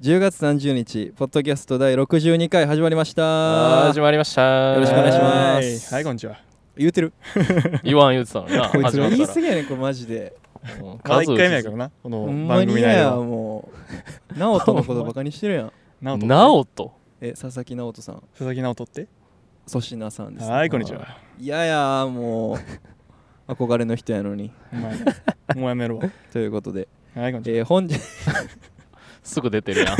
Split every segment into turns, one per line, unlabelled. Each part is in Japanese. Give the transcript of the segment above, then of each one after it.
10月30日ポッドキャスト第62回始まりました
始まりました
よろしくお願いします
はい、こんにちは。
言うてる
言わん言うてたのにな
こいつ
始ま
ら
っ
言い
た
すぎやねんこれマジで
らうん
まだ1
数打
回目やけどな、この番組内
や
容。
もう直人のことバカにしてるやん
な
なおと
え佐々木直人さん
佐々木直人って。
粗品さんです
はい、こんにちは。
いやいやもう憧れの人やのに
お 前もうやめるわ。
ということで、
はい、こんにち
えー本日
すぐ出てるやん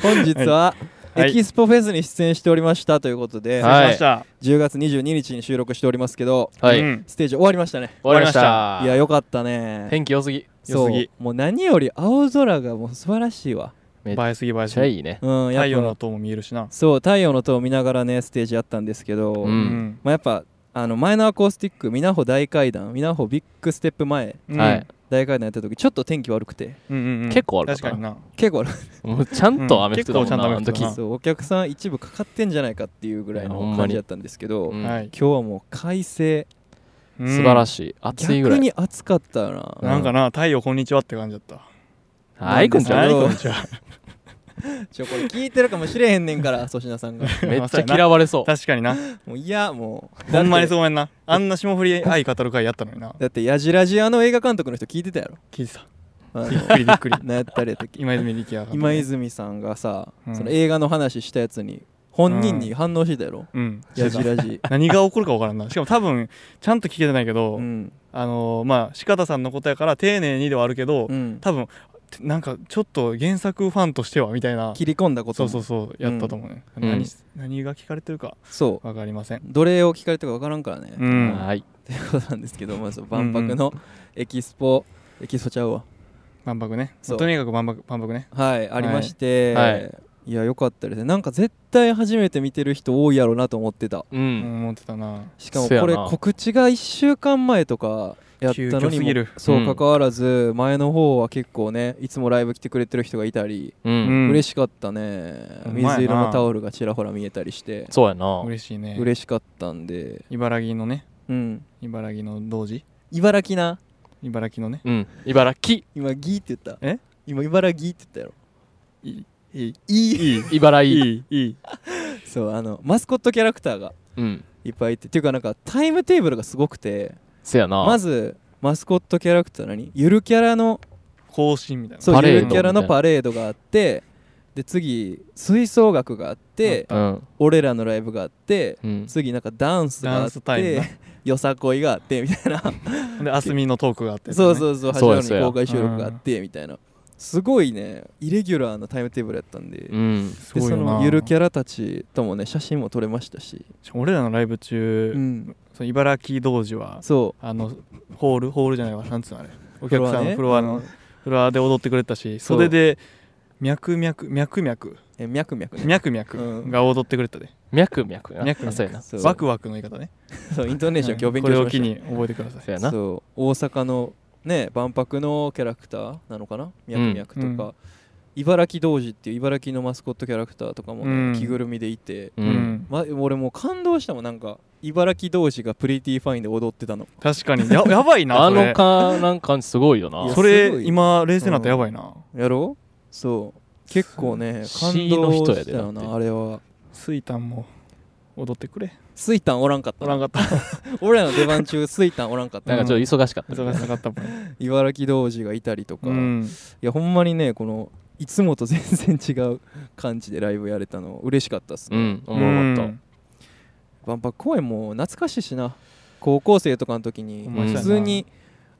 本日は、
はい
エキスポフェスに出演しておりましたということで、
は。
はい
失礼しました。
10月22日に収録しておりますけど
はい
うん
終
ステージ終わりましたね
わりまし
終
た
いやよかったね
天気良すぎ
そ
良
う
すぎ
もう何より青空がもう素晴らしいわ
めっ
映えすぎ映え
ち
す
ゃ
ぎ。
いいね
うんやっぱ
太陽の塔も見えるしな。
そう太陽の塔を見ながらねステージやったんですけど、
う
うんん。
まあ、やっぱあの前のアコースティックみなほ大階段みなほビッグステップ前
うん
はい。
大階段やった時ちょっと天気悪くて
うんうんうん
結構あるかな
確かにな。
結構悪くて
もうちゃんと雨降ってたもん
うん結構ちゃん
な
と
あの
雨降ってた
時
な
そうお客さん一部かかってんじゃないかっていうぐらい
いやほ
の
んま
感
に
じだったんですけど、
う
今
ん
はい。
日はもう快晴
素晴ら
し
しい暑いぐら
逆
い
に暑かったよ
う
な
なんかな、太陽こんにちはって感じだった。
はいこんにち
な
は
はい、
るほど
こんにち は。
ちょこれ聞いてるかもしれへんねんから粗品さんが
めっちゃ嫌われそう
確かにな。
もういやもう
ほんまに
う
そうやんな。あんな霜降り愛語る会やったの にな。
だってヤジラジあの映画監督の人聞いてたやろ
聞いてた。
あ
びっ
の。
くりびっくり
何やったらやったっけ
今泉力也が。
今。泉さんがさ、
うん
その映画の話したやつに本人に反応してたやろ、
うん。
ヤジラジ
何が起こるか分からんな。しかも多分、ちゃんと聞けてないけど
う、ん
あのーまあ鹿田さんのことやから丁寧にではあるけど、
うん
多分てなんかちょっと原作ファンとしてはみたいな
切り込んだこと
そう
も
そうそうやったと思うね、
うん
何何が聞かれてるか
そう
分かりません
奴隷を聞かれたかわからんからね、
う
っ
ん
はい
ていうことなんですけど、まあ、その万博のエキスポ、エキスポちゃうわ
万博ね
そう
とにかく万博万博ね
はいありまして、、
はいはい
やよかったですねなんか絶対初めて見てる人多いやろうなと思ってた
う
うんん思ってたな
しかも
そや
これ
な
告知が1週間前とかやったの
急遽
に
す
も
ぎる
そう
うん
関わらず前の方は結構ねいつもライブ来てくれてる人がいたり
う
うんん
嬉しかったね
ほんまやな
水色のタオルがちらほら見えたりして
そうやな
嬉しいね
嬉しかったんで
茨城のね
うん
茨城の同時
茨城な
茨城のね
うん茨城
今ギーって言った
え
今茨城って言ったやろ
いいいい
いい
いい
茨
い
城
いいい
そうあのマスコットキャラクターが
うん
いっぱいいてっていうかなんかタイムテーブルがすごくて
せやな
まずマスコットキャラクター何ゆるキャラの
更新みたいな
そう
パレード
ゆるキャラのパレードがあってで次吹奏楽があって
うん
俺らのライブがあって
うん
次なんかダンスがあっ
ダンスタイム
て
な
よさこいがあってみたいな
であすみのトークがあって、
そうそうそう初
そう
め
やそう
に
や
公開収録があってみたいなすごいねイレギュラーなタイムテーブルやったんで
うん
す
で
ごい
そ
よな
のゆるキャラたちともね写真も撮れましたし
しかも俺らのライブ中、
うん
その茨城同時は
そ
あのホールホールじゃないわなんつうのあれ
うお
お客さんのフロアの、フロアで踊ってくれたし
そう
袖で脈脈脈脈
え脈々ね
脈
うん
脈が踊ってくれたで、
脈脈やな
脈々
そうやな
そう
ワクワクの言い方ね
そうイントネーション今日勉
これ
強
を
し
機
まし
に覚えてください
そうや
た
な
そう大阪のね万博のキャラクターなのかな脈々とか、
うんうん
茨城童子っていう茨城のマスコットキャラクターとかも、ね
うん
着ぐるみでいて、
う
うん、
ん
ま、俺もう感動したもんなんか茨城童子がプリティファインで踊ってたの
確かにややばいな
あ
それ
のかなんかすごいよない
や
そ
すご
れ
い
今冷静になったらやばいな、
やろうそう結構ね
す
感動
C の人
し
や
た
で
よな
だって
あれは
スイタンも踊ってくれ
スイタンおらんかった
おらんかった
俺らの出番中スイタンおらんかった
なんかちょっと忙しかった
忙しなかったもんね
茨城童子がいたりとか、
う
い
ん
やほんまにねこのいつもと全然違う感じでライブやれたの嬉しかったっす
う
ね、
んおもろかっ
万博公演も懐かしいしな高校生とかの時に
ほ
んまそう
普
やな
通に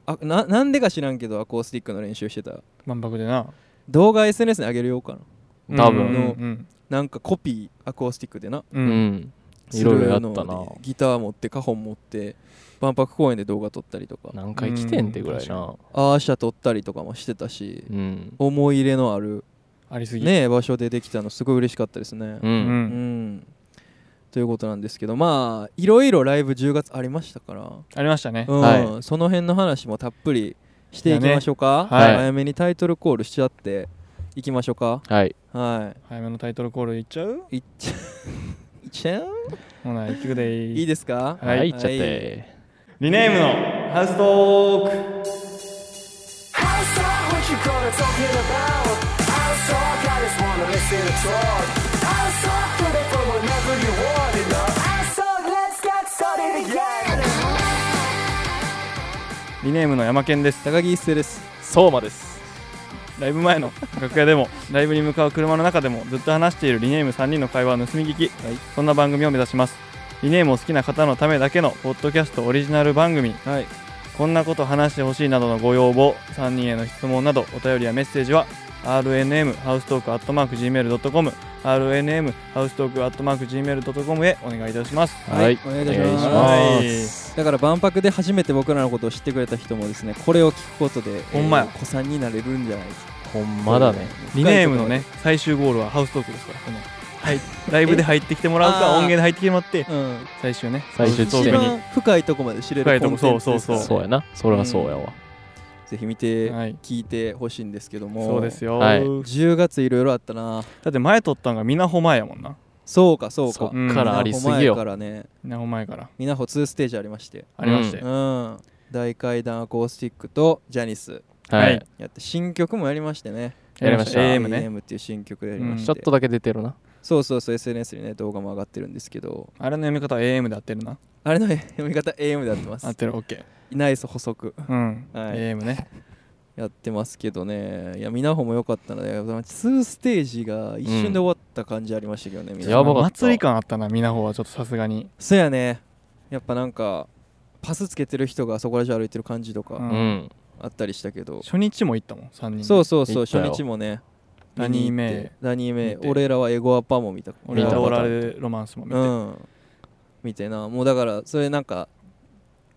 あななんでか知らんけどアコースティックの練習してた
万博でな
動画 SNS に上げるようかな
た多分
うん
なんかコピーアコースティックでな
うんう
うんんいろいろや
す
った
る
な
のでギター持ってカホン持って万博公演で動画撮ったりとか
何回来てんってぐらいな
アーシャ撮ったりとかもしてたし、
うん
思い入れのある
ありすぎ、
ね場所でできたのすごい嬉しかったですね
う
うん
うん
ん、
ということなんですけどまあいろいろライブ10月ありましたから
ありましたね、
うん
は
その辺の話もたっぷりしていきましょうか、
だねはい
早めにタイトルコールしちゃっていきましょうか
はい
は
早めのタイトルコールいっちゃう
いいっちゃいっちゃう
ほな行ってくで
いいですか
はい
はい行っちゃって
リネームのハウストーク
I saw what you gonna talking about. I saw God is sword. I sought for it, but were never rewarded. I thought, let's get started again.
リネームの山健です
高木一生です
相馬です
ライブ前の楽屋でもライブに向かう車の中でもずっと話しているリネーム3人の会話を盗み聞き、そんな番組を目指しますリネームを好きな方のためだけのポッドキャストオリジナル番組
はい
こんなこと話してほしいなどのご要望3人への質問などお便りやメッセージは RNM ハウストークアットマーク Gmail.com RNM ハウストークアットマーク Gmail.com へお願いいたします
はいお願いいたします
はい
だから万博で初めて僕らのことを知ってくれた人もですねこれを聞くことで
ほんまや
えー子さんになれるんじゃないか
ほんまだね
リネームのね最終ゴールはハウストークですからこの はいライブで入ってきてもらう
あー
か音源で入ってきてもらって
うん
最終ね
最終地
一
点
番深いとこまで知れるコンテンツですから
深いとこ
そうやなそれはそうやわ
ぜひ見て、
はい
聞いてほしいんですけども
そうですよ、
はい
10月いろいろあったな
だって前撮ったんがみなほ前やもんな
そうかそうか
そっからありすぎ
稲穂前か
よ
らね
みなほ前から
みなほ2ステージありまして
ありまして、
う
うん大階段アコースティックとジャニス
は
はいい
やって新曲もやりましてね
やりました
AM ね
AM っていう新曲やりまして、
うん
ちょっとだけ出てるな
そうそうそう SNS にね動画も上がってるんですけど
あれの読み方は AM で合ってるな
あれの 読み方 AM でやってま
合っ
す
てる OK
ナイス補足
うん、
はい
AM ね
やってますけどねいやみなほも良かったので2ステージが一瞬で終わった感じありましたけどね、みんな
やばかった
祭り感あったなみなほはちょっとさすがに
そうやねやっぱなんかパスつけてる人がそこら中歩いてる感じと
う
か
ん
うん
あったりしたけど、
初日も行ったもん3人で
そうそうそう
行った
初
よ
日もね
ダニ
見に行
ー
っ
メイ
てダニーメイ
見て
俺らはエゴアパも見た
俺
見
は
た
オーラルロマンスも見て、
うん見てなもうだからそれなんか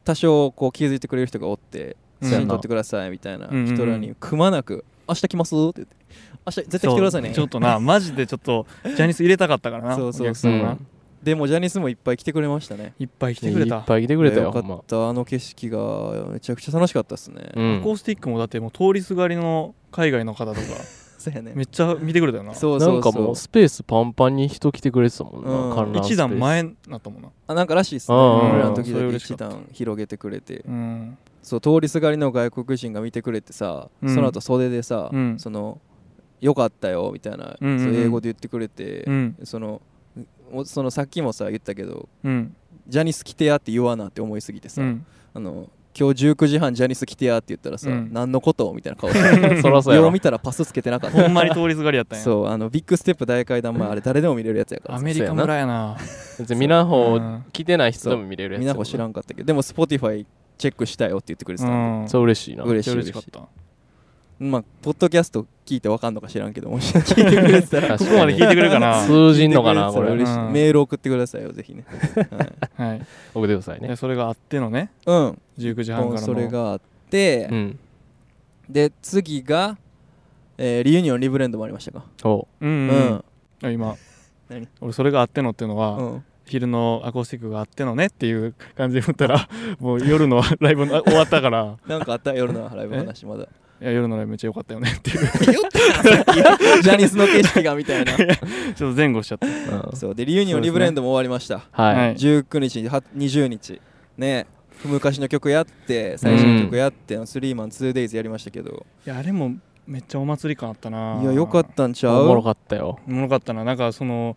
多少こう気づいてくれる人がおって
うん
写真撮ってくださいみたいな
うん
人らにくまなく「明日来ます?」って言って「明日絶対来てくださいね
そうちょっとなマジでちょっとジャニス入れたかったからな
そうそう
お客
そ
さ
うん
がな
う
でもジャニスもいっぱい来てくれましたね
いっぱい来
ん
てくれ
い
た
っぱい来てくれたよ
よ
ほ
か
んま
ったあの景色がめちゃくちゃ楽しかったっすね
うん
アコースティックもだってもう通りすがりの海外の方と か
そうやね
めっちゃ見てくれたよな
そう
な
そ
ん
うそ
か
う
もうスペースパンパンに人来てくれてたもん
うん
な観覧スペース
一段前になったもんな
あなんからしいっすね
うんうんうん
俺らの時
それ
で
嬉
一
しかった
段広げてくれて
うん
そう通りすがりの外国人が見てくれてさ、
うん
その後袖でさ、
うん
その「よかったよ」みたいな、
うんうんうん
そう英語で言ってくれて、
うん
そのおそのさっきもさ言ったけど
うん
「ジャニス来てや」って言わなって思いすぎてさ、
うん
あの今日19時半ジャニス来てやって言ったらさ、
うん
何のことみたい な顔して
そらそうや
よう
ろ
見たらパスつけてなかっ
ほ
た
んまに通りすがりやったんや
そうあのビッグステップ大階段前あれ誰でも見れるやつやから
ア
さ
メリカ村やな
別にミナ
う
ホ
ん
来てない人でも見れるやつ
みんなほ知ら
ん
んかったけどでも Spotify チェックしたよって言ってくれてたんで、
うん
そう嬉しいな
嬉しい
めっちゃ嬉しかった
まあ、ポッドキャスト聞いてわかんのか知らんけど、もし聞いてくれてたら、
確かに
ここまで聞いてくれるかな
通じんのかなこ
聞いてく
れ
れてたら嬉し
う
い。
ん
メール送ってくださいよ、ぜひね。はい
はい
送ってくださいね
でそれがあってのね
うん。
19時半
も
か
う
ら
そ
の
れがあって
う、ん
で、次が、えーリユニオンリブレンドもありましたか。
お
うん
う
うん。あ今
何
俺それがあってのっていうのは
うん
昼のアコースティックがあってのねっていう感じで振っ たらもう夜のライブの終わったから
なんかあった夜のライブ話、まだ。
いや夜のライブめっちゃ良かったよね っていう
酔ってたジャニスの景色がみたいな。
ちょっと前後しちゃった
うん
そう。で、リユニオンリブレンドも終わりました。
は
はいい
19日、は20日。ね。昔の曲やって、最新の曲やって、スリーマン 2days やりましたけど、
いやあれもめっちゃお祭り感あったない
いや、よかったんち
お
ゃう
もろかったよ
おもろかったななんかその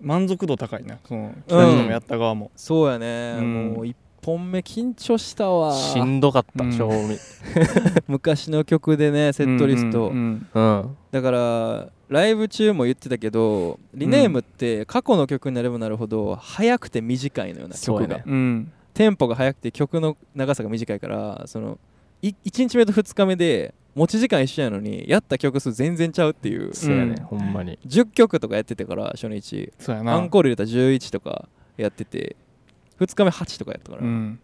満足度高いなその北島もやった側も、
そうやね、
うん
もう1本目緊張したわ
しんどかった
うん
正味
昔の曲でねセットリスト、
うんうん
うん
だからライブ中も言ってたけどリネームって過去の曲になればなるほど速くて短いのよな
そう
曲が、
やね
うんうん
テンポが速くて曲の長さが短いからその1日目と2日目で持ち時間一緒やのにやった曲数全然ちゃうっていう
そうやね
うん
ほんまに
10曲とかやっててから初日
そうやな
アンコール入れたら11とかやってて2日目8とかやったから、
うん、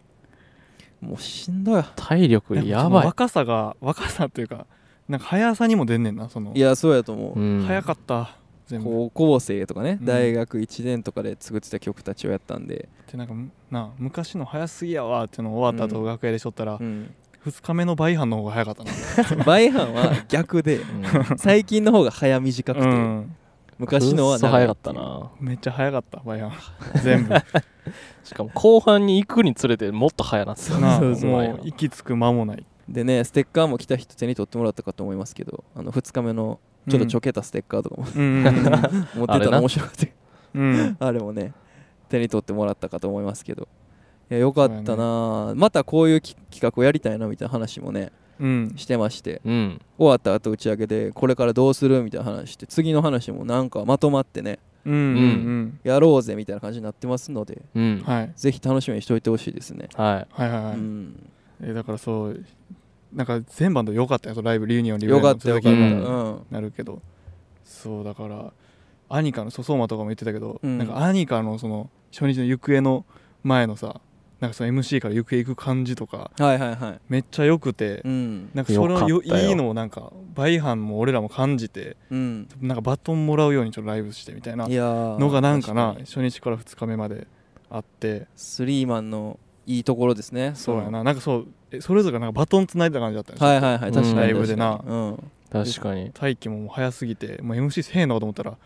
もうしんどい
体力
なんか
や
その
ばい
若さが若さっていうかなんか速さにも出んねんなその
いやそうやと思う、
うん
早かった全部っ
高校生とかね、
うん
大学1年とかで作ってた曲たちをやったんで、
てなんかな昔の早すぎやわっていうの終わった
う
後
ん
楽屋でしとったら、
うん、
2日目の倍半の方が早かったな
倍半は逆で
うん
最近の方が早短くて、
うん
昔のは
くっそ早か
長い
ってた
いう
な
めっちゃ早かった倍半全部
しかも後半に行くにつれてもっと早なってた
な あ
そうそう
もう息つく間もない
でねステッカーも来た人手に取ってもらったかと思いますけどあの2日目のちょっとちょけたステッカーとかも
うんうん
持っ
あ
てた
れ
ら
な
面白くて
うんうん
あれもね手に取ってもらったかと思いますけどいやよかったな、またこういうき企画をやりたいなみたいな話もね
うん
してまして
うん。
終わった後打ち上げでこれからどうするみたいな話して次の話もなんかまとまってね
うんうん
やろうぜみたいな感じになってますので
うん。
はい
ぜひ楽しみにしておいてほしいですね、
は
はいはいはい
うん
えーだからそうなんか全バンド良かったよライブリユニオンリブ
よかったよかった、う
うん
ん、
なるけどそうだからアニカのそう相馬とかも言ってたけど、
うん
なんかアニカのその初日の行方の前のさなんかその MC から行方行く感じとか
はいはいはい
めっちゃ良くて、
うん
なんかそれを
よかったよ
いいのをなんか倍半も俺らも感じて
うん
なんかバトンもらうようにちょっとライブしてみたいない
やー
のがなんかな
確に
初日から2日目まであって
スリーマンのいいところですね
そうやななんかそうえそれぞれなんかバトンつないだ感じだったんですよ、
はいはいはい確かに
うんライ
ブでな
確かにうん
い。確かに。
大輝ももう早すぎてもう MC せえなと思ったら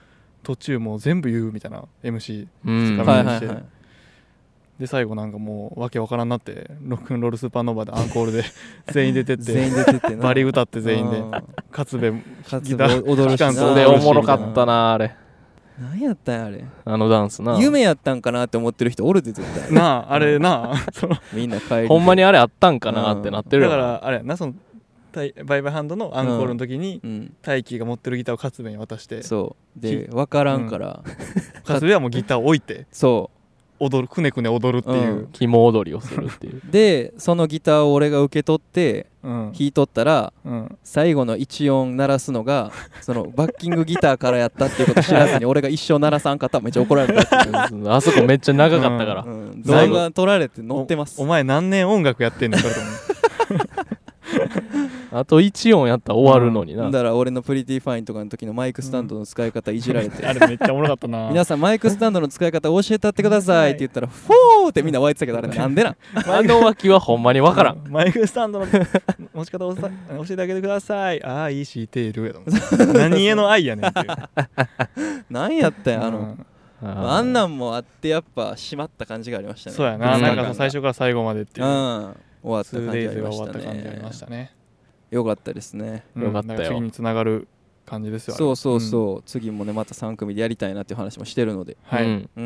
途中もう全部言うみたいな MC
うん。
ダ
はい
メ出
は
し
い
て
はい
で最後なんかもうわけわからんなってロックンロールスーパーノーバーでアンコールで 全員出てって
全員出てってな
バリ歌って全員で
うん
勝部
かつ
ギター
踊るし
機関
そ
槍
れ
で
おもろかったな、あれ。
何やったんやあれ
あのダンスな。
夢やったんかなって思ってる人おるで絶対
なああれなあその
みんな帰り
ほんまにあれあったんかなってなってるよ
だか
な。
らあれやなそのたいバイバイハンドのアンコールの時に
うん
大輝が持ってるギターを勝部に渡して
そうで分からんから
勝部はもうギターを置いて
そ
踊るくねくね踊るっていう、
肝踊りをするっていう。
うでそのギターを俺が受け取って
うん
弾いとったら
うん、
最後の一音鳴らすのがそのバッキングギターからやったっていうこと知らずに俺が一生鳴らさんかったらめっちゃ怒られたっていう
あそこめっちゃ長かったから。
うん動
最後
画撮られて載ってます
おお前何年音楽やってんのそれとも
あと1音やったら終わるのにな。
だから俺のプリティファインとかの時のマイクスタンドの使い方いじられて、
あれめっちゃおもろかったな
皆さんマイクスタンドの使い方教えたってくださいって言ったら、フォーってみんな湧いてたけどあれなんでなん
あの脇はほんまにわからん。
うマイクスタン ドの持ち方をさ教えてあげてくださいああいいしいているやと思って 何への愛やねんっていう
なんやったんやあ
う
の、
ん
あんなんもあってやっぱ締まった感じがありましたね
そうやな
うん
なんかそう最初から最後までって
うん
いう2
終わった
days
感じあり
が
まし
終わ
た
った感じあり
ね
ましたね
よかったですね
うん
よかったよ
だら次につながる感じですよあれ
そうそうそう、次もねまた3組でやりたいなっていう話もしてるので
うんは
う
い
ん
う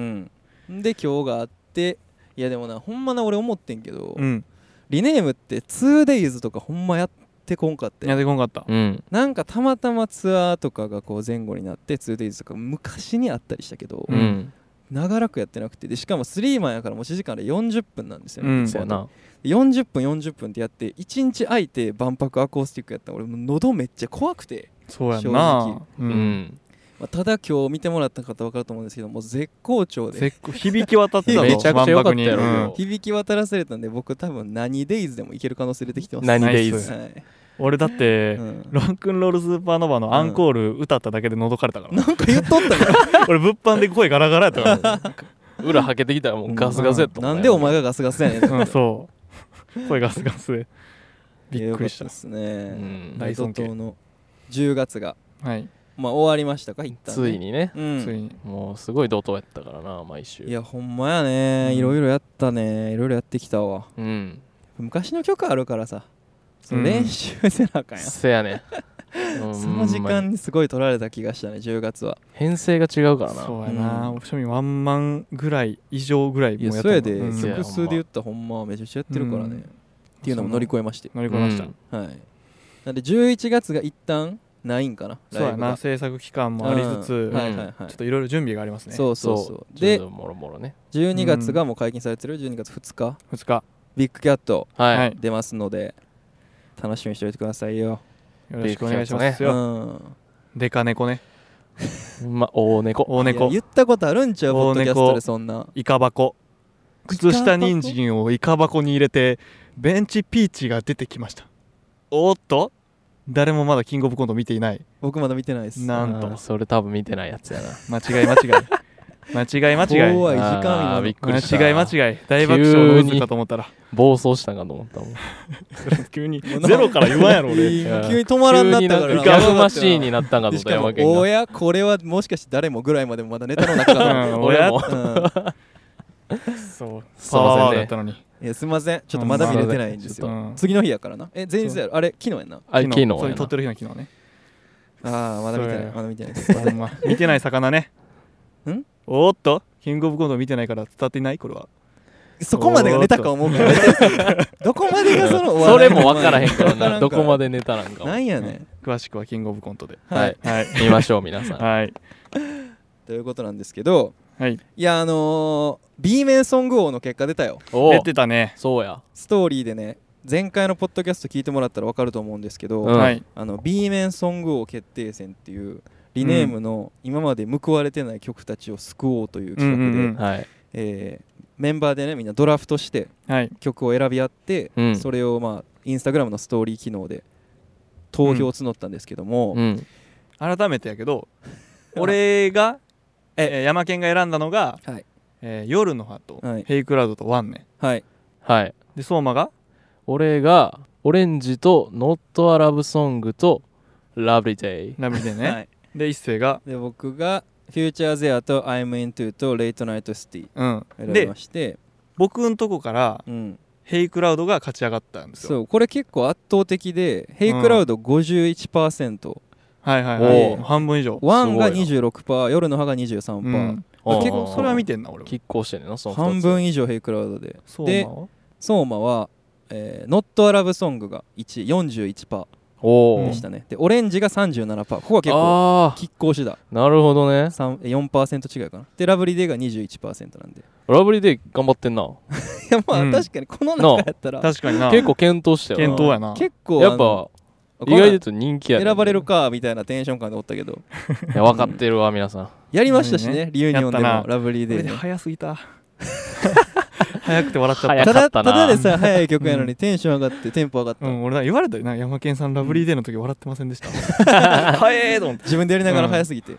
んで今日があっていやでもなほんまな俺思ってんけど、
うん
リネームって 2days とかほんまやってこんかって
やってこんかった
うん。
なんかたまたまツアーとかがこう前後になって 2days とか昔にあったりしたけど、
う
う
んん。
長らくやってなくてでしかもスリーマンやから持ち時間で40分なんですよね、
うん
そうやな。
40分40分ってやって1日空いて万博アコースティックやったら俺もう喉めっちゃ怖くて、
そうやんなう
うんん。
まあ、ただ今日見てもらった方分かると思うんですけどもう絶好調で
絶好響き渡ってた
めちゃ
くちゃ良かった
に
やろ
うん
響き渡らされたんで僕多分何デイズでもいける可能性出てきてます
何
ナ
でい
イ
い
ス
で
です
す。
はい
俺だって
うん、
ロックンロールスーパーノバのアンコール歌っただけで喉かれたから
なんか言っとったから
な俺物販で声ガラガラやったからな
裏はけてきたらもうガスガスやったも
なんでお前がガスガスやねん
うん、そう。声ガスガスで。
いや
びっくりした
よかったですね。
ん
大尊敬
怒涛の10月が、
はい、
まあ、終わりましたか、一旦、
つい。にね。
うん、
ついに。
もうすごい怒涛やったからな、毎週。
いや、ほんまやね。いろいろやったね。いろいろやってきたわ。
うん。
昔の曲あるからさ、その
うん
練習せなあかんやん。
せ やね。
そ
そ
の時間にすごい取られた気がしたね、10月は。
編成が違うからな。
そうやな、
うん
庶民ワンマンぐらい以上ぐらい
い
も
や、
うやった
そ
もん
やで、
うん
せや
曲数で言ったらほんまめちゃくちゃやってるからね。
うん
っていうのも乗り越えまして。
乗り越えました。
うん
はい。なんで、11月が一旦ないんかな、
そ
ラ
う
イ
や
ブ
な、
が。
制作期間もありつつ、
うんはいはいはい。
ちょっといろいろ準備がありますね。
そうそう
そ。
そうう。で
ちょっ、ともろもろね。
12月がもう解禁されてる12月2日、
2日、
ビッグキャット
は。
はい
出ますので楽しみにしておいてくださいよ、
よろしくお願いします
う
よ。
ん、
でか猫ね、
ま、大猫。
大
いや
猫
言、ったことあるんちゃうポッ
大
ドキャ
猫
ストでそんな
イカ箱。靴下人参をイカ箱に入れて、ベンチピーチが出てきました。おーっと誰もまだキングオブコント見ていない。
僕まだ見てないです
なんと
あー。それ多分見てないやつやな。
間違い間 違い。間違い間違い。
怖い時間
あ
よ
ーびっく
間
りした。
違い
い。
間違い大爆笑の渦かと思ったら
暴走したんかと思ったもん。
急 に
もうな
ゼロから言わんやろ俺
いい 急に止まらんなったから
急になガスマシーンになったんかと
で
思っ
したかも
よ山県
お
が。
やこれはもしかして誰もぐらいまでもまだネタの中だ
うん
と
俺
も。
思う、
そう
すい
パワー
ま
ワー
せん
だっ
ね
た。のに
うん、いやすいませんちょっとまだ見れてないんです
う
よ
ん
次の日やからなえ前日やろあれ昨日やんな
あ、昨日や
それ撮
な
ってる日の昨日ね
ああまだ見て
そ
な
う
い
や
まだ見てないです
ほん ま見てない魚ね
ん
おーっとキングオブコント見てないから伝わっていないこれは
そこまでがネタか思うからね どこまでがその
それも分からへんから
分ら
な、どこま
で
でネタなんかも
な。んやねん
詳しくはキングオブコントで
はい。
はい
見ましょう、皆さん。
はい
ということなんですけど
はい
いやあのー B 面ソング王の結果出たよ
お
出
お
て、たね
そうや。
ストーリーでね前回のポッドキャスト聞いてもらったら分かると思うんですけど、
うん
はい
あの B 面ソング王決定戦っていうリネームの今まで報われてない曲たちを救おうという企画で、
うんうんうん
はい。
えーメンバーでねみんなドラフトして
はい
曲を選び合って、
うん
それをまあインスタグラムのストーリー機能で投票を募ったんですけども、
うん。
改めてやけど俺が
え
えー山県が選んだのが
はい
えー夜の葉と
はい
ヘイクラウドとワンね
はい
はい。
で相馬が
俺が、オレンジと、ノットアラブソングと、ラブリデイ。
ラブリで
は
ね
い
で一星が
で僕がフューチャーゼアと I'm into と Late Night City
うん
選び
で
まして、
僕んとこから
うん、
ヘイクラウドが勝ち上がったんです
そ
よ
うこれ結構圧倒的でヘイクラウド51%、
はいはいはい
おー
半分以上
ワンが
すごい
26%夜の歯が23%、
うん
あ
うん
結構
それは見てんな俺も
拮抗してんねんな、その
半。
二つ
分以上ヘイクラウドで
相
で
馬は
相馬は、えー、ノットアラブソングが141%
おお
でしたね、でオレンジが37%ここは結構
あ
拮抗してた
あ、なるほどね。
3 4%違いかなでラブリーデーが21%なんで
ラブリデイ頑張ってんな。
いやまあ、
うん
確かにこの中やったら
確かにな
結構検討したよ
健
な。
闘やな
結構
やっ
あの
ぱ、意外で言う
こと
人気
ん
や
な
ね
選ばれるかみたいなテンション感でおったけど
いや分かってるわ皆さん
やりましたしねリユニオンでも
やったな
ラブリー
こ
デ
れ
ー
で
ね
早すぎた早くて笑っちゃ
早
っ
か
ただ
っ
た
た
だ
な
でさえ早い曲やのにテンション上がってテンポ上がったた、
うん俺な言われたよな山健さんラブリーデーの時笑ってませんでした早えと思って
自分でやりながら早すぎて、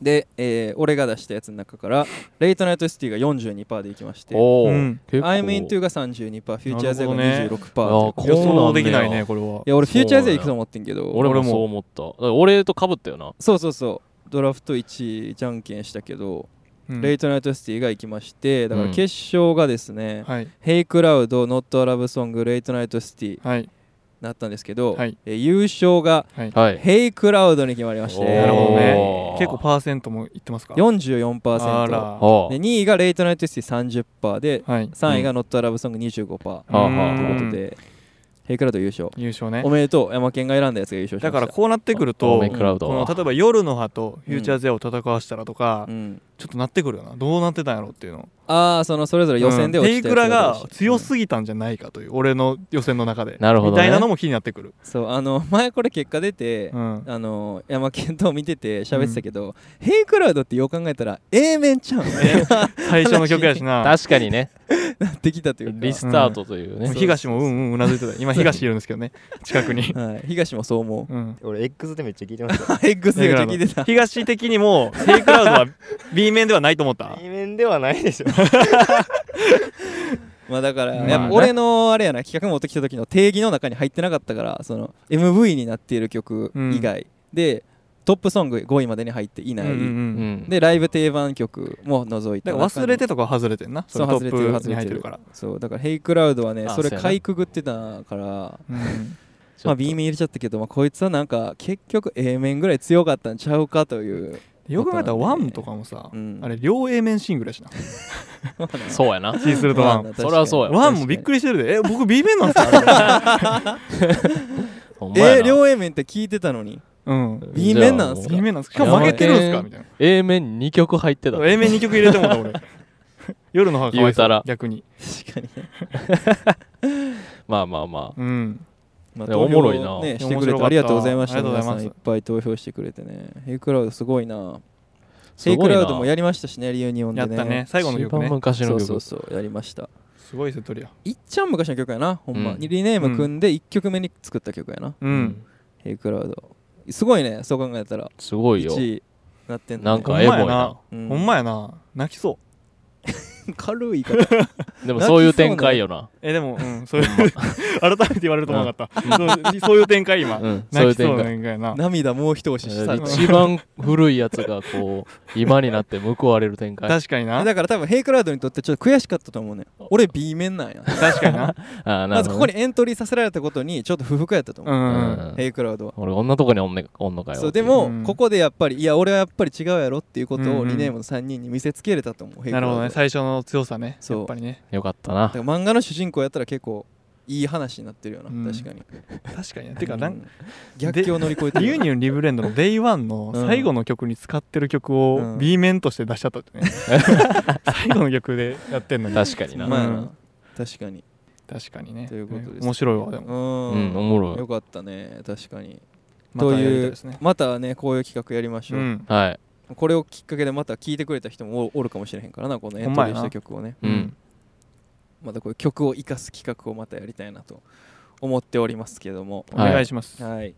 で、えー俺が出したやつの中から「レイトナイトシティ」が42%でいきまして「
おお、
うん
結構
I'm into」が32%「フューチャーゼが
なる
26%
ほ
という
い
ことで、
や
予
こうなんだよ
想できないねこれはい
や俺フューチャーゼ行くと思ってんけど
俺
俺
も
も
そう思っただから俺とかぶったよな
そうそうそうドラフト1位じゃんけんしたけど、
うん
レイトナイトシティが行きましてだから
うん
決勝がですね、
はい
ヘイクラウド、ノットアラブソング、レイトナイトシティ
はい
なったんですけど、
はい
えー優勝が
はい
はい
ヘイクラウドに決まりまして、
おー
なるほどね
おー
結構パーセントもいってますかあ
44%。
ら
は
で2位がレイトナイトシティ30%で、
はい
3位がノットアラブソング25%というこ
あはあはあ
う
と
ん
いう
とで、ヘイクラウド優勝。
優勝ね
おめでとう、山県が選んだやつが優勝しま
だ
した。
からこうなってくると
オメクラウド
この
は
例えば夜の葉とフューチャーゼアを戦わしたらとか、
うん、
ちょっとなってくるよなどうなってたんやろっていうの
ああ、そのそれぞれ予選で
うん
落
テ
ち
イ
た
ク
やつ
ラが
出て
強
るし
すぎたんじゃないかという俺の予選の中で
なるほどね
みたいなのも気になってくる、
うんそう、あの、前これ結果出て、
うん、
あの山県と見てて喋ってたけど、ヘイクラウドってよう考えたら A 面ちゃうんね
最初の曲や しな
確かにね
な ってきたというか
リスタートというね、
もう東もうんうんうなずいてた今東いるんですけどね近くに、
はい、東もそう思う。
うん、
俺 X でめっちゃ聞いてま したよ
X で聞いてた。
東的にもヘイクラウドは B 面ではないと思った
対面ではないでしょ
まあだから、
まあね
やっぱ俺のあれやな、企画持ってきた時の定義の中に入ってなかったから、その MV になっている曲以外、で、トップソング5位までに入っていない、
うんうん
う
うん
ん、
で、ライブ定番曲も除いて。
だから忘れてとか外れてんな
そう
れト
外れてる
ップ
外
に
れ
入
て
って
る
るから
そう、だからヘイクラウドはね、
あ
それ
そうやな
かいくぐってたから、
うん
ちょ
まあ
っと
B 面入れちゃったけど、まあこいつはなんか結局 A 面ぐらい強かったんちゃうかという。
よく考えたらワンとかもさ、
うん
あれ両 A 面シングルやしな
そうやな
シースルとワン
それはそうや
ワンもびっくりしてるでえ僕 B 面なんすか
ほんまや
え
な
ー、両 A 面って聞いてたのに
うん
い B 面なんすか
じゃ
B
あもう
面なんすかしかも負けてるんす
いや
かみたいな
A 面2曲入ってた
A 面2曲入れてもら俺夜の方がかわ
言
いうそ
た
う
ら
逆に
確かに。
まあまあまあ
うん
ま
いやおもろいな
ね、
いや
してくれ
面白かってた
ありがとうございました
ありがとうござ
皆
います
さんいっぱい投票してくれてねヘイクラウドすごいな
す
ヘイ
ご
ク
いな
ラウドもやりましたしねリユニオン
や
で
っ
ね
たね最後の
一
曲
番
ね
昔の
そう
曲
そうそうやりました
すごいセトリや
いっちゃん昔の曲やなほんま、
うん
リネーム組んで1曲目に作った曲やな、
う
うん
ヘイクラウドすごいねそう考えたら
すごいよ
1位なってん
な
の、
ん
ね、
かエボいな
う
ほんまやな泣きそう
軽いから
でもそういう展開よな
えでも、うん、そういう改めて言われると思わなかった、そうそういう展開今、
うん、そうい
泣
う
きそ
展
うな
開
展開やな
涙もう一押ししたの
一番古いやつがこう今になって報われる展開
確かにな
だから多分ヘイクラウドにとってちょっと悔しかったと思うねん俺 B 面 なんや
確かにな
あーな
ま
る
ずこ
ほ
こ
どね
にエントリーさせられたことにちょっと不服やったと
う、
思う、
うんん
ヘイクラウドは
俺こんなとこにおんねおんのかよ
そうでも、
うん
ここでやっぱりいや俺はやっぱり違うやろっていうこと
うんう
を
ん
リネームの3人に見せつけれたと思う、ヘイク
な
ラ
る
ウド
ほど
は
ね最初の強さね
そう
やっぱりね
よかったな
だから漫画の主人公やったら結構いい話になってるよな、
うん
確かに
確かにてかなん
うん逆境を乗り越えて
リ
る
ユニオンリブレンドの Day1 の最後の曲に使ってる曲
う
を
ん
B 面として出しちゃったってね最後の曲でやってんのに
確かにな、
まあやな、
うん
確かに
確かにね
ということです
面白いわで
うん
も
うんおもろい
よかったね確かに
ま
と
たやり
い
たいうですね
またねこういう企画やりましょ
う
う、
ん
はい
これをきっかけでまた聴いてくれた人もおおるかもしれへんからなこのエントリーした曲をね
う
うんん
またこういう曲を生かす企画をまたやりたいなと思っておりますけども
お
はい
願いします
はい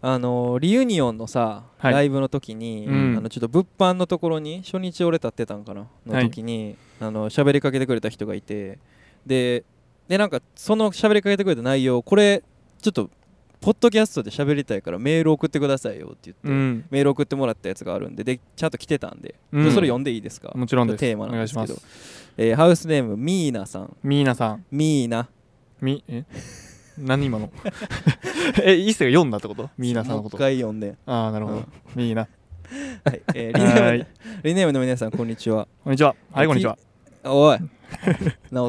あのーリユニオンのさ、
はい
ライブの時に、
うん
あのちょっと物販のところに初日俺立ってたんかなの
はい
時に、あの喋りかけてくれた人がいてででなんかその喋りかけてくれた内容これちょっとポッドキャストで喋りたいからメール送ってくださいよって言って、
うん
メール送ってもらったやつがあるんででちゃんと来てたんで、
うん
でそれ読んでいいですか
もちろんです
テーマなんですけ
お願
ど
いし
えーハウスネームミーナさん
みーなさん
ミーナ
みえ何今のえ伊勢が読んだってことみーなさんのこ
もう一
と
回読んで、
ああなるほ
う
ど
ん
みーな
はいえ ーリネーム
はい
リネームの皆さんこんにちは
こんにちははいこんにちは
おい直人さん
なお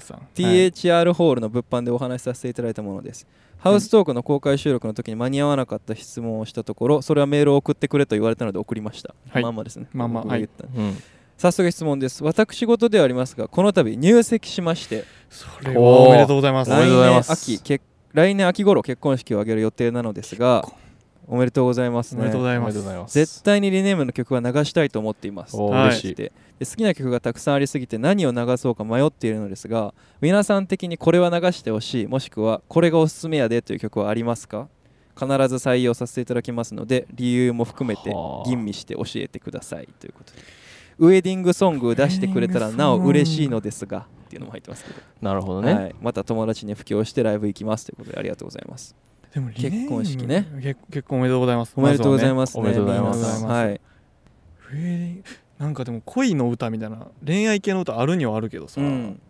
さん
THR ホールの物販でお話しさせていただいたものですハウストークの公開収録の時に間に合わなかった質問をしたところそれはメールを送ってくれと言われたので送りました、
はい
まんまですね
まんま
僕が言った
うん
早速質問です私事ではありますがこの度入籍しまして
それはおめでとうございます
おめで
来
とうござ
年
います
秋結来年秋頃結婚式を挙げる予定なのですがおめでとうございます
お
ね
めでとうござい
おめ
ま
ですとうございます
絶対にリネームの曲は流したいと思っています
おー
はい
嬉しい、
でで好きな曲がたくさんありすぎて何を流そうか迷っているのですが皆さん的にこれは流してほしいもしくはこれがおすすめやでという曲はありますか必ず採用させていただきますので理由も含めて
はあ
吟味して教えてくださいということでウェディングソングを出してくれたらなお嬉しいのですがっていうのも入ってますけど、
なるほどね、
はい、また友達に布教してライブ行きますということでありがとうございます
でもリネーム
結婚式ね
結結婚おめでとうございます
おめでとうござい
す
ますね
おめでとうございます
みんなさんはい
フェーリンなんかでも恋の歌みたいな恋愛系の歌あるにはあるけどさ、
うん、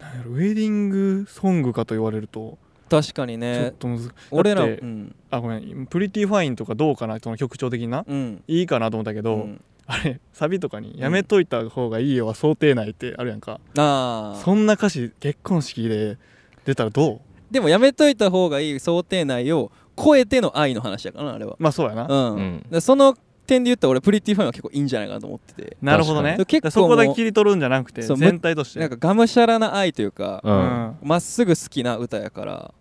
なんやろウェディングソングかと言われると
確かに
ちょっ
ね
とむず、
俺ら
だって
うん
あごめん「プリティファイン」とかどうかなその曲調的な
うん
いいかなと思ったけど、
うん
あれサビとかに「やめといた方がいいよ」は想定内ってあるやんか、
ああ
そんな歌詞結婚式で出たらどう
でもやめといた方がいい想定内を超えての愛の話だからなあれは
まあそうやな、
うん、
うん
でその点で言ったら俺プリティファインは結構いいんじゃないかなと思ってて
なるほどね
確かに
だからそこだけ切り取るんじゃなくて
そう
全体として
なんかがむしゃらな愛というか
うん
まっすぐ好きな歌やから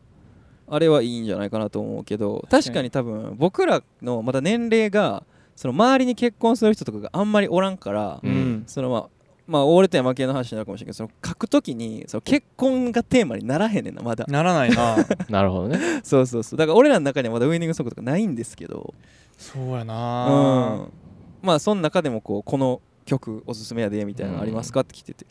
あれはいいんじゃないかなと思うけど確かに多分僕らのまだ年齢がその周りに結婚する人とかがあんまりおらんから、
うん、うん
そのまあまあ俺と山系の話になるかもしれないけどその書くときにその結婚がテーマにならへんねんなまだ
ならないな
なるほどね
そうそうそうだから俺らの中にはまだウェディングソングとかないんですけど
そうや
う、
なん
まあその中でもこうこの曲おすすめやでみたいなのありますかって聞いてて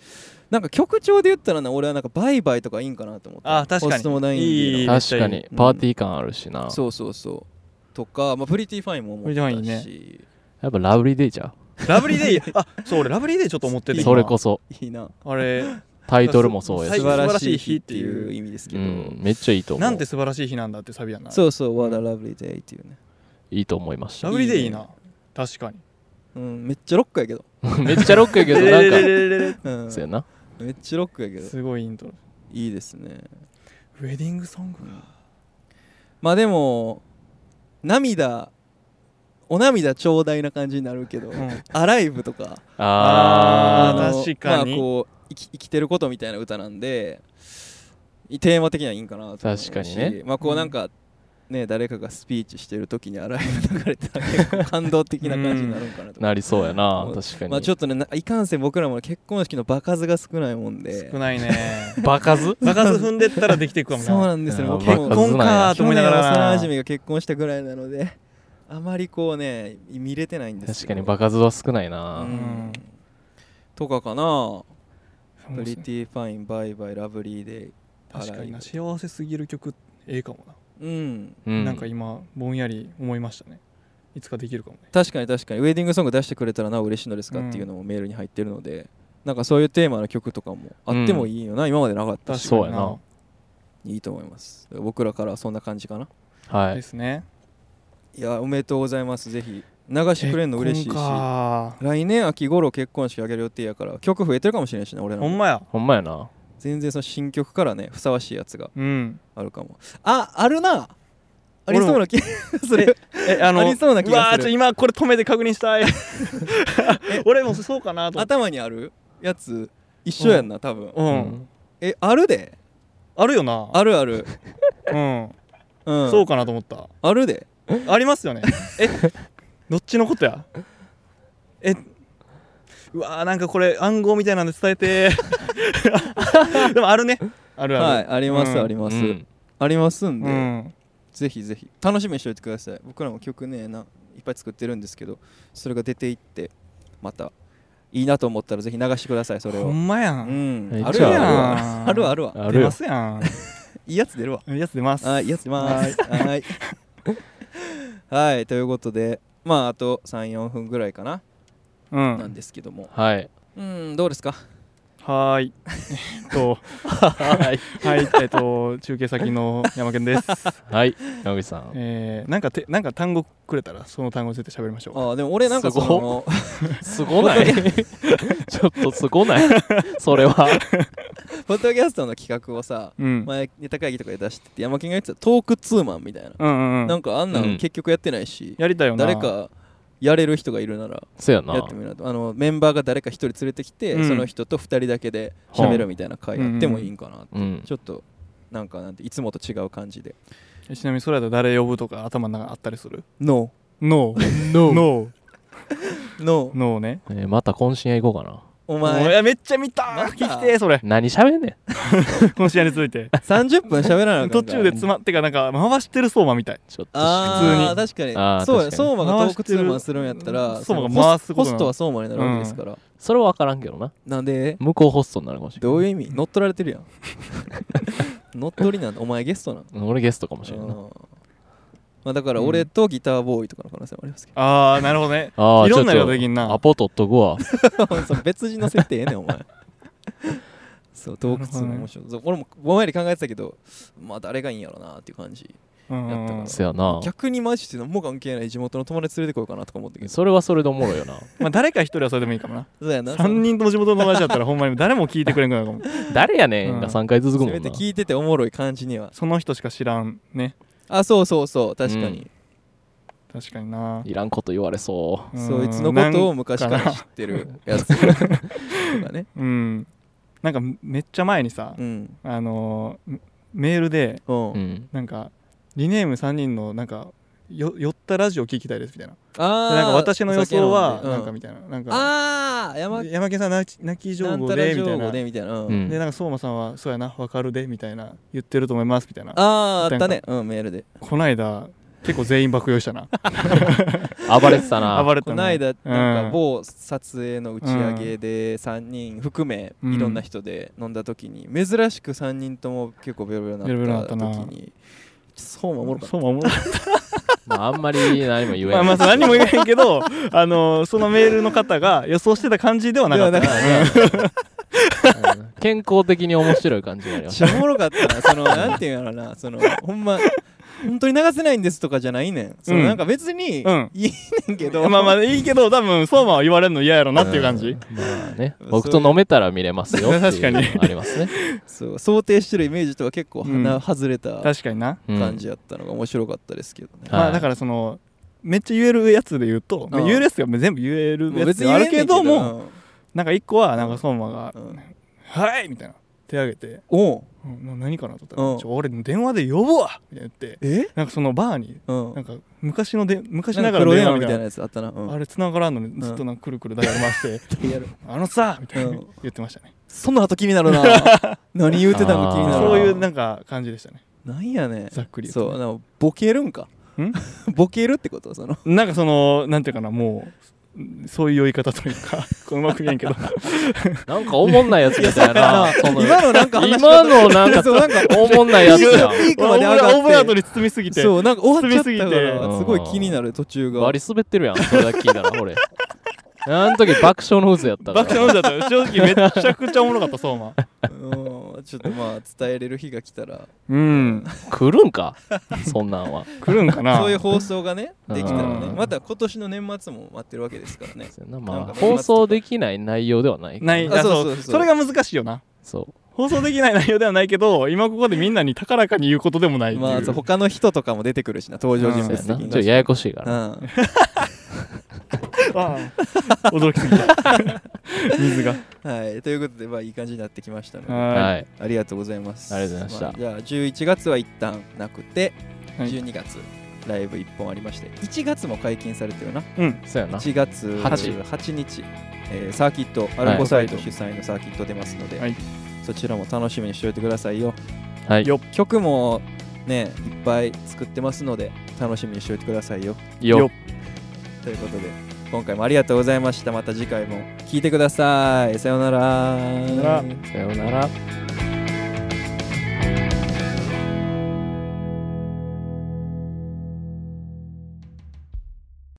なんか曲調で言ったらな俺はなんかバイバイとかいいんかなと思って
あ確かに
ホストもないんで
いいめ
確
っちゃいい
かに
うん
パーティー感あるしな、
そうそうそうとか、まあ、プリティファインも思っ
プリ
た
ティフ
し
やっぱラブリーデイちゃ
ラブリーデイあそう俺ラブリーデイちょっと思って
い
て
な
う
今
それこそ
いいな
あれ
タイトルもそうや
は
し
い
素晴らしい
素晴らしい日
日
っ
ってて
いう
いう意味ですけ
う
ど、
ん、めっちゃいいと思う
なんて素晴らしい日なんだってサビやな
そうそう「What a lovely day」っていうね、
いいと思いました
ラブリーデイいい
いい
な確かに
うん、めっちゃロックやけど、
めっちゃロックやけどなんか
うん
そうやな
めっちゃロックやけど
すごいイントロ
いいですね
ウェディングソングか
まあでも涙お涙ちょうだいな感じになるけど、
うん
アライブとか
あ
あー
ー
の
確かに
まあ、こう生き生きてることみたいな歌なんでテーマ的にはいいんかなと思うし
確かにね
まあこうなんか、ね誰かがスピーチしてる時にアライブ流れたら結構感動的な感じになるんかなと思う
なりそうやな
うん
確かに、
まあちょっとねないかんせん僕らも結婚式の場数が少ないもんで
少な いね
バカず
バカス踏んでったらできていくかも
そうなんですね
いや
僕
バカ
も
ず
結婚かーと
去
思い
年
ながら
幼
な
馴染が結婚したぐらいなのであまりこうね見れてないんです
確
け
か
ど
にバカずは少ないうな、
んとかかな「プリティファインバイバイラブリーデイ」
確かにな幸せすぎる曲ええかもな、
うん
うん、
なんか今ぼんやり思いましたねいつかできるかもね
確かに確かにウェディングソング出してくれたらなお嬉しいのですか
うん
っていうのもメールに入ってるので、なんかそういうテーマの曲とかもあってもいいよな、今までなかったし
確
そう
か
や
に
な
ない
いと思います僕らからはそんな感じかな
は
で
い
すね
いやおめでとうございますぜひ流してくれるの嬉しい
結
し
婚か
来年秋頃結婚式あげる予定やから曲増えてるかもしれないしね俺ら
ほん
も
まや
ほんまやな
全然その新曲からねふさわしいやつが
うん
あるかもああるなありそうな気が する
えあの
ありそうな気がする
わーちょっと今これ止めて確認した い俺もそうかなと思って
頭にあるやつ一緒やんな多分
うん、
えあるで
あるよな
あるある
うん、
うん
そうかなと思った
あるで
ありますよねえどっちのことやえうわーなんかこれ暗号みたいなんで伝えて でもあるねあるある
はいあります、
うん
あり
う
ます、
ん
ありますんで、
うん
ぜひぜひ楽しみにしておいてください僕らも曲ねないっぱい作ってるんですけどそれが出ていってまたいいなと思ったらぜひ流してくださいそれ
ほ
を
んまや
うんん
めっちゃ
あるやん
あ
ある
る
わ
や
あ
ん
るわ
ある
出ま
よ
すやん
いいやつ出るわ
いいやつ出ます
はい、やってます。はい。はい、ということで、まあ、あと3、4分ぐらいかな、
う
なん
ん
ですけども。
はい
うん、どうですか
はーいえっと
はい
はいえっと中継先の山健です
はい野口さん
えーなんかてなんか単語くれたらその単語について喋りましょう
ああ、でも俺なんか
す
そ
ごっ
の、
すごないちょっとすごないそれは
ポッドキャストの企画をさ、
うん
前、ネタ会議とかで出してて、山県が言ってたトークツーマンみたいな。
うんうんう
なんんかあんな
うん
ん結局やってないし、
やりたいよな
誰かやれる人がいるなら
そうやな
やってもいいなと。あの、メンバーが誰か一人連れてきて、
うん
その人と二人だけで喋るみたいな会やってもいいんかなって。
うん
ちょっと、なんかなんて、いつもと違う感じで。
えちなみにそれだったら誰呼ぶとか頭の中あったりする
No,
?No
No
No
no,
No ね
えーまた懇親へ行こうかな
お
もう
前
い。やめっちゃ見た
また
聞きてえそれ
何喋んねん
この試合について
30分喋らなあかった
途中で詰まってかなんか回してる相馬みたい
ちょっと
ああ
普
確かに
あー
そうや
確かに
相馬がトークツーマンするんやったら
回してる
その
相馬が回すこ
ホ
とな
ス
の
トは相馬になるわけですから、
それは分からんけどな
なんで
向こうホストになるかもしれ
どういう意味乗っ取られてるやん 乗っ取りなんだお前ゲストなん
ない俺ゲストかもしれん
う
なん
まあ、だから俺とギターボーイとかの可能性もありますけ
ああなるほど ね
あー
いろんな
ちょっ
ことできんな
アポ取っとくわ
ど その別人の設定ええねんお前 そうトークツーマン面白い、そう俺もぼんやり考えてたけどまあ誰がいいんやろなっていう感じ
うん
やったから
そやな
逆にマジで何も関係ない地元の友達連れてこようかなとか思 ったけど
それはそれでおもろいよな
まあ誰か一人はそれでもいいかもな
そうやな
3人とも地元の友達だったらほんまに誰も聞いてくれんくなるかも
誰やねん
う
が
ん
3回ずつ
せ
くも
め
ん
て
な
聞いてておもろい感じには
その人しか知らんね
あそうそうそう確かに、
確かにない
らんこと言われそ
うん
そいつのことを昔から知ってるやつとかね
うんなんかめっちゃ前にさ
うん
あのーメールで
うん、
ううん
なんかリネーム3人のなんかよ寄ったラジオ聞きたいですみたいな
あ
で
あ
なんか私の予想
お
は
酒飲
なんん
で
か
うん
みたいななんか
ああ山
山県さん泣き泣き
な
上
ん
手
たら
でみ
情
たい
報
な
で
で
みたいな、うん
うん
なんか相馬さんは「そうやなわかるで」みたいな言ってると思いますみたいな
あああったねうんメールで
こないだ結構全員爆酔いしたな
暴れてたな
暴れた
こないだなんか
うん
某撮影の打ち上げで3人含め
うん
いろんな人で飲んだ時に珍しく3人とも結構ベロベロ
ベロ
に
ベロ
な
な
っ
ったた
時
な
にそうもおもろかった
相馬おもろかっ
まああんまり何も言えな
たま
い
あまあ何も言えへんけどあのそのメールの方が予想してた感じではなかった
では
うん健康的に面白い感じがありまし
ちゃおもろかったな そのなんていうんやろなそのほんま本当に流せないんですとかじゃないねんその、
うん
なんか別に、
うん
いいねんけど
まあまあいいけど多分相馬は言われるの嫌やろなっていう感じ
たまあね
そう
僕と飲めたら見れますよ
確かに
っていうのがありますね
そう想定してるイメージとは結構鼻、
うん
外れた
確かにな
うん
感じやったのが面白かったですけどね、
はい
まあだからそのめっちゃ言えるやつで言うと
うん
言えるやつが全部言える
もう
やつではあ
言え
る
んね
け
ん
ども
うん
なんか一個はなんか相馬が
うん
「はい!」みたいな手挙げて
おう
うんな何かなと思った
う
ら
ん
「ちょ俺電話で呼ぶわ!」みたいな言って
え
なんかそのバーに
うん
なんか昔ので昔
な
なん
か
がらの
黒電
電
話
話
み
み
た
た
い
い
な
な
やつあったな、うん
あれ繋がらんのにずっとなんかくるくるだりまして
やる
「あのさ!」みたいうなん言ってましたね
そんな後気になる な何言うてたの気に
あー
なる
そういうなんか感じでしたね
なんやねん
ざっくり言うと
そ
ね
うなんかボケるんか
ん
ボケるってことその
なんかそのなんていうかなもうそういう酔い方というか こううまく言えんけど
なんかおもんないやつみたいなその
今のなんか話し
今のなん か
そうなんか
おもんないやつやん
ピーク まで上
オブラ
が
ート
っ
に包みすぎ
て
て
そうなんか終わっちゃったか
進みすぎ
ら
て
すごい気になる途中が
バリ滑ってるやんそれだけ聞いたら俺あの時爆笑の渦やったから
爆笑飲んじゃった正直めちゃくちゃおもろかったそうま
うんちょっとまあ伝えれる日が来たら
うん
来るんかそんなんは
来るんかな
そういう放送がねできたらね
うん
また今年の年末も待ってるわけですからね
そうやなま
なん
あ
か
放送できない内容ではない
ない
あそう
あそう
そ
そうう
そう
それが難しいよな
そう
放送できない内容ではないけど今ここでみんなに高らかに言うことでもないっていう、
まあそう他の人とかも出てくるしな登場人
そう
物
や
的
なちょっ
に
とややこしいか
う
ら
ん
ああ驚きすぎた 水が
はいということでまあいい感じになってきましたので
は
はい
ありがとうございます
ありがとうございました
あじゃあ11月は一旦なくて
はい
12月ライブ1本ありまして1月も解禁されてるな
そうやな
1月
八
8日、えーサーキットアルコサイト主催のサーキット出ますので、
はい
そちらも楽しみにしておいてくださいよ
はい
よ
曲もねいっぱい作ってますので楽しみにしておいてくださいよ
よ
ということで今回もありがとうございましたまた次回も聴いてくださいさようなら
よなら
さようなら
「